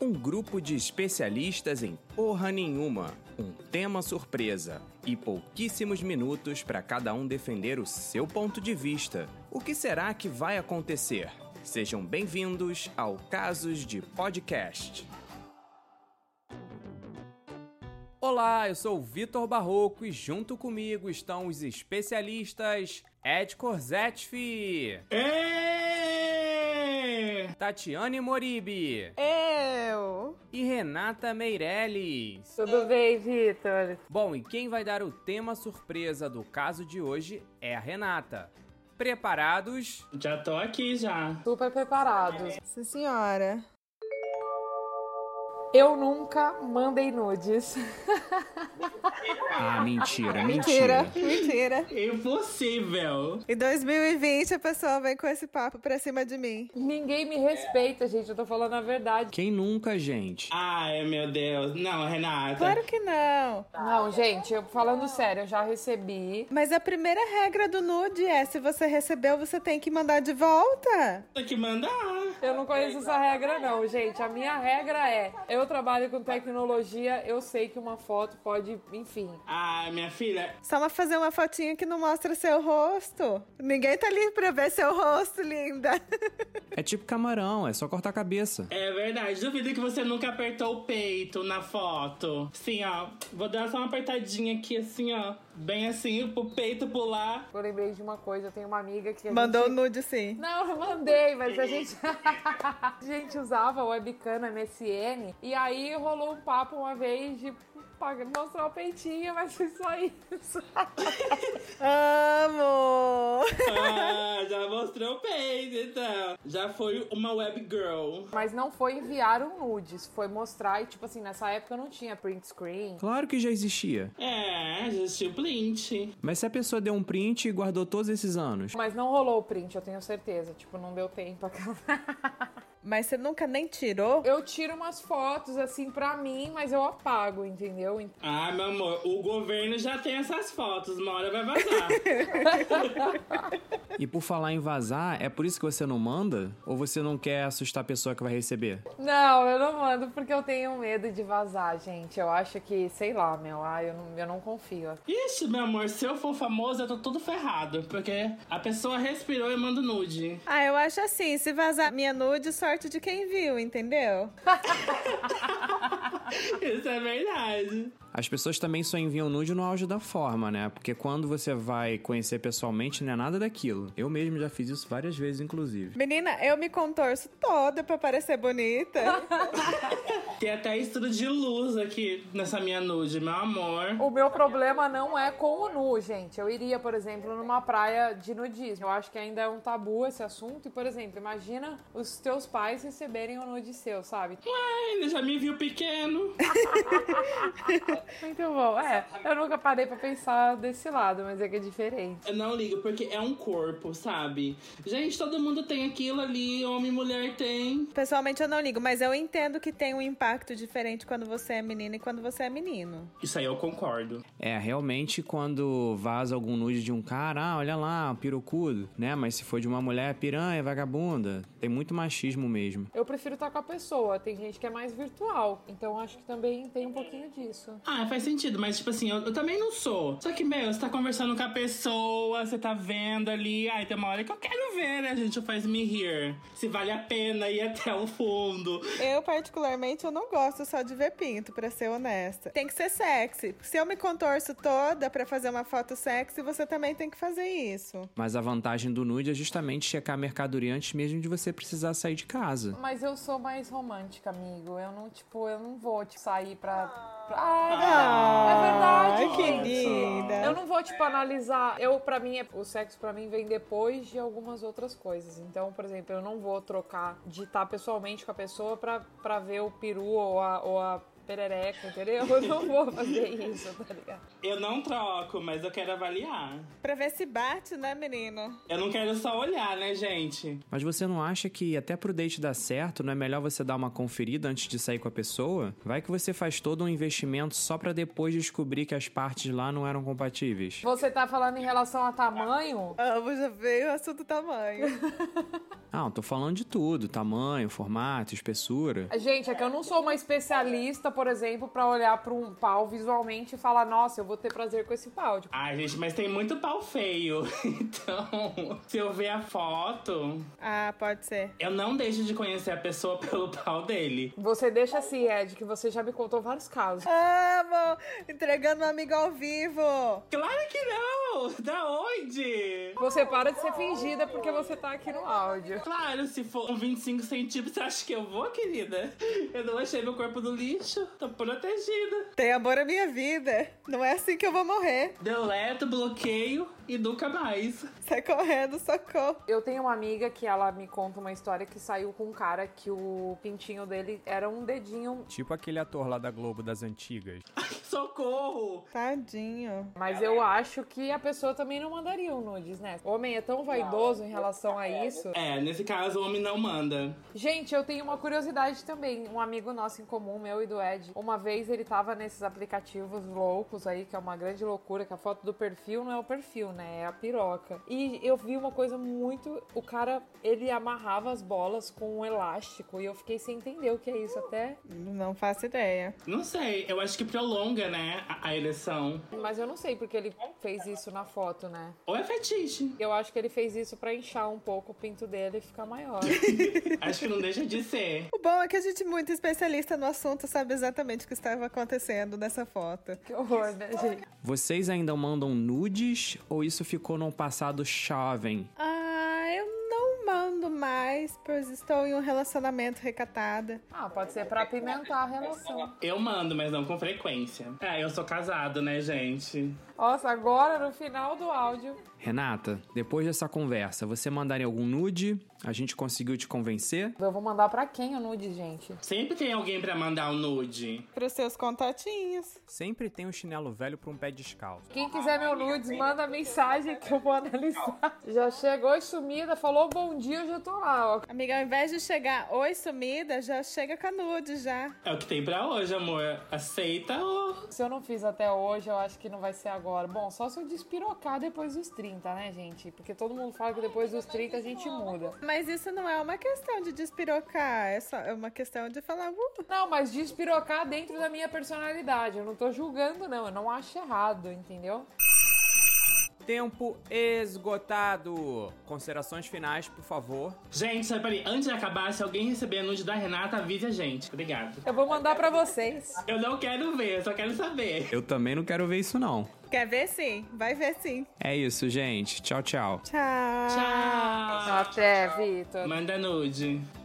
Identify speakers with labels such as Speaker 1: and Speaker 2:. Speaker 1: Um grupo de especialistas em porra nenhuma, um tema surpresa e pouquíssimos minutos para cada um defender o seu ponto de vista. O que será que vai acontecer? Sejam bem-vindos ao Casos de Podcast. Olá, eu sou o Vitor Barroco e junto comigo estão os especialistas Ed Corzetfi,
Speaker 2: É!
Speaker 1: Tatiane Moribe
Speaker 3: Eu!
Speaker 1: e Renata Meirelles.
Speaker 3: Tudo bem, Vitor?
Speaker 1: Bom, e quem vai dar o tema surpresa do caso de hoje é a Renata. Preparados?
Speaker 2: Já tô aqui já.
Speaker 3: Super preparados. Sim, senhora. Eu nunca mandei nudes.
Speaker 1: Ah, mentira,
Speaker 4: Mentira, mentira.
Speaker 2: E você, Vel?
Speaker 4: Em 2020 a pessoa vem com esse papo pra cima de mim.
Speaker 3: Ninguém me respeita, gente. Eu tô falando a verdade.
Speaker 1: Quem nunca, gente?
Speaker 2: Ai, meu Deus. Não, Renata.
Speaker 4: Claro que não.
Speaker 3: Não, gente, eu falando sério, eu já recebi.
Speaker 4: Mas a primeira regra do nude é: se você recebeu, você tem que mandar de volta.
Speaker 2: Tem que mandar.
Speaker 3: Eu não conheço essa regra, não, gente. A minha regra é: eu trabalho com tecnologia, eu sei que uma foto pode, enfim.
Speaker 2: Ai, minha filha.
Speaker 4: Só uma fazer uma fotinha que não mostra seu rosto. Ninguém tá ali pra ver seu rosto, linda.
Speaker 1: É tipo camarão, é só cortar a cabeça.
Speaker 2: É verdade. Duvido que você nunca apertou o peito na foto. Sim, ó. Vou dar só uma apertadinha aqui, assim, ó. Bem assim, pro peito pular.
Speaker 3: Eu lembrei de uma coisa, eu tenho uma amiga que. a
Speaker 4: Mandou
Speaker 3: gente-
Speaker 4: o nude sim.
Speaker 3: Não, eu mandei, mas a gente. a gente usava o webcam no MSN e aí rolou um papo uma vez de pá, mostrar o peitinho, mas foi só isso.
Speaker 4: Amo!
Speaker 2: Ah, já mostrou o peito, então. Já foi uma web girl.
Speaker 3: Mas não foi enviar um nudes, foi mostrar e, tipo assim, nessa época não tinha print screen.
Speaker 1: Claro que já existia.
Speaker 2: É, já assistiu Blint.
Speaker 1: Mas se a pessoa deu um print e guardou todos esses anos?
Speaker 3: Mas não rolou o print, eu tenho certeza. Tipo, não deu tempo.
Speaker 4: Mas você nunca nem tirou?
Speaker 3: eu tiro umas fotos, assim, pra mim, mas eu apago, entendeu?
Speaker 2: Ah, meu amor, o governo já tem essas fotos. Uma hora vai vazar.
Speaker 1: E por falar em vazar, é por isso que você não manda? Ou você não quer assustar a pessoa que vai receber?
Speaker 3: Não, eu não mando porque eu tenho medo de vazar, gente. Eu acho que, sei lá, meu, ah, eu não, eu não confio.
Speaker 2: Ixi, meu amor, se eu for famoso, eu tô tudo ferrado. Porque a pessoa respirou e manda nude.
Speaker 4: Ah, eu acho assim: se vazar minha nude, sorte de quem viu, entendeu?
Speaker 2: Isso é verdade.
Speaker 1: As pessoas também só enviam nude no auge da forma, né? Porque quando você vai conhecer pessoalmente, não é nada daquilo. Eu mesmo já fiz isso várias vezes, inclusive.
Speaker 4: Menina, eu me contorço toda pra parecer bonita.
Speaker 2: Tem até estudo de luz aqui nessa minha nude, meu amor.
Speaker 3: O meu problema não é com o nu, gente. Eu iria, por exemplo, numa praia de nudismo. Eu acho que ainda é um tabu esse assunto. E, por exemplo, imagina os teus pais receberem o nude seu, sabe?
Speaker 2: Ué, ele já me viu pequeno.
Speaker 3: Muito bom. É, eu nunca parei pra pensar desse lado, mas é que é diferente.
Speaker 2: Eu não ligo, porque é um corpo, sabe? Gente, todo mundo tem aquilo ali, homem e mulher tem.
Speaker 4: Pessoalmente eu não ligo, mas eu entendo que tem um impacto diferente quando você é menina e quando você é menino.
Speaker 2: Isso aí eu concordo.
Speaker 1: É, realmente quando vaza algum nude de um cara, ah, olha lá, pirocudo, né? Mas se for de uma mulher, piranha, vagabunda. Tem muito machismo mesmo.
Speaker 3: Eu prefiro estar com a pessoa. Tem gente que é mais virtual. Então acho que também tem um pouquinho disso.
Speaker 2: Ah, faz sentido, mas tipo assim, eu, eu também não sou. Só que, meu, você tá conversando com a pessoa, você tá vendo ali. Ai, tem uma hora que eu quero ver, né, gente? Faz me rir. Se vale a pena ir até o fundo.
Speaker 4: Eu, particularmente, eu não gosto só de ver pinto, pra ser honesta. Tem que ser sexy. Se eu me contorço toda pra fazer uma foto sexy, você também tem que fazer isso.
Speaker 1: Mas a vantagem do nude é justamente checar a mercadoria antes mesmo de você precisar sair de casa.
Speaker 3: Mas eu sou mais romântica, amigo. Eu não, tipo, eu não vou tipo, sair pra. pra... Ai, é verdade,
Speaker 4: Ai, Ah, que
Speaker 3: gente.
Speaker 4: linda.
Speaker 3: Eu não vou, tipo, analisar. Eu, pra mim, é- o sexo pra mim vem depois de algumas outras coisas. Então, por tá exemplo, eu não vou trocar de estar pessoalmente com a pessoa pra, pra ver o peru ou a, ou a perereca, entendeu? Eu não vou fazer isso, tá ligado?
Speaker 2: Eu não troco, mas eu quero avaliar.
Speaker 4: Pra ver se bate, né, menino?
Speaker 2: Eu não quero só olhar, né, gente?
Speaker 1: Mas você não acha que até pro date dar certo, não é melhor você dar uma conferida antes de sair com a pessoa? Vai que você faz todo um investimento só pra depois descobrir que as partes lá não eram compatíveis.
Speaker 3: Você tá falando em relação a tamanho?
Speaker 4: Amo, já veio o assunto tamanho.
Speaker 1: Não, Ah, tô falando de tudo: tamanho, formato, espessura.
Speaker 3: Gente, é que eu não sou uma especialista, por exemplo, pra olhar pra um pau visualmente e falar, nossa, eu vou ter prazer com esse pau. Tipo,
Speaker 2: Ai, gente, mas tem muito pau feio. Então, se eu ver a foto,
Speaker 4: ah, pode ser.
Speaker 2: eu não deixo de conhecer a pessoa pelo pau dele.
Speaker 3: você deixa assim, Ed, que você já me contou vários casos.
Speaker 4: Amo! Entregando um amigo ao vivo.
Speaker 2: Claro que não! Da onde?
Speaker 3: Você para de ser fingida porque você tá aqui no áudio.
Speaker 2: Claro, se for um 25 centímetros, você acha que eu vou, querida? Eu não achei meu corpo no lixo, tô protegida.
Speaker 4: Tem amor à minha vida. Não é assim que eu vou morrer.
Speaker 2: Deleto, bloqueio e nunca mais.
Speaker 4: Sai correndo, socorro.
Speaker 3: Eu tenho uma amiga que ela me conta uma história que saiu com um cara que o pintinho dele era um dedinho.
Speaker 5: Tipo aquele ator lá da Globo das antigas.
Speaker 2: Socorro!
Speaker 4: Tadinho.
Speaker 3: Mas eu acho que a pessoa também não mandaria um nudes, né? O homem é tão vaidoso em relação a isso.
Speaker 2: É, nesse caso o homem não manda.
Speaker 3: Gente, eu tenho uma curiosidade também. Um amigo nosso em comum, meu e do Ed, uma vez ele tava nesses aplicativos loucos aí, que é uma grande loucura, que a foto do perfil não é o perfil, né? É a piroca. E eu vi uma coisa muito. O cara, ele amarrava as bolas com um elástico e eu fiquei sem entender o que é isso até.
Speaker 4: Não faço ideia.
Speaker 2: Não sei, eu acho que prolonga, né, a, a ereção.
Speaker 3: Mas eu não sei porque ele fez isso na foto, né?
Speaker 2: Ou é fetiche.
Speaker 3: Eu acho que ele fez isso pra inchar um pouco o pinto dele e ficar maior.
Speaker 2: Acho que não deixa de ser.
Speaker 4: O bom é que a gente, muito especialista no assunto, sabe exatamente o que estava acontecendo nessa foto.
Speaker 3: que horror, né, gente?
Speaker 1: Vocês ainda mandam nudes ou isso ficou num passado jovem?
Speaker 4: Ah, eu não mando mais, pois estou em um relacionamento recatada.
Speaker 3: Ah, pode ser pra apimentar a relação.
Speaker 2: Eu mando, mas não com frequência. É, eu sou casado, né, gente?
Speaker 3: Nossa, agora no final do áudio.
Speaker 1: Renata, depois dessa conversa, você mandaria algum nude? A gente conseguiu te convencer?
Speaker 3: Eu vou mandar pra quem o nude, gente?
Speaker 2: Sempre tem alguém pra mandar um nude.
Speaker 4: Para os seus contatinhos.
Speaker 5: Sempre tem um chinelo velho pra um pé descalço.
Speaker 3: Quem quiser meu nudes, manda mensagem que eu vou analisar. Já chegou e sumida, falou bom dia, eu já tô lá, ó.
Speaker 4: Amiga, ao invés de chegar oi sumida, já chega com a nude já.
Speaker 2: É o que tem pra hoje, amor. Aceita ou.
Speaker 3: Se eu não fiz até hoje, eu acho que não vai ser agora. Bom, só se eu despirocar depois dos 30, né, gente? Porque todo mundo fala que depois dos 30 a gente muda.
Speaker 4: Mas isso não é uma questão de despirocar, é só é uma questão de falar, uh,
Speaker 3: Não, mas despirocar dentro da minha personalidade. Eu não tô julgando, não. Eu não acho errado, entendeu?
Speaker 1: Tempo esgotado! Considerações finais, por favor.
Speaker 2: Gente, só peraí, antes de acabar, se alguém receber a nude da Renata, avise a gente. Obrigado.
Speaker 3: Eu vou mandar pra vocês.
Speaker 2: Eu não quero ver, eu só quero saber.
Speaker 1: Eu também não quero ver isso, não.
Speaker 4: quer ver sim? Vai ver sim.
Speaker 1: É isso, gente. Tchau, tchau.
Speaker 4: Tchau.
Speaker 3: Ah.
Speaker 2: Tchau!
Speaker 3: Até, Vitor.
Speaker 2: Manda nude.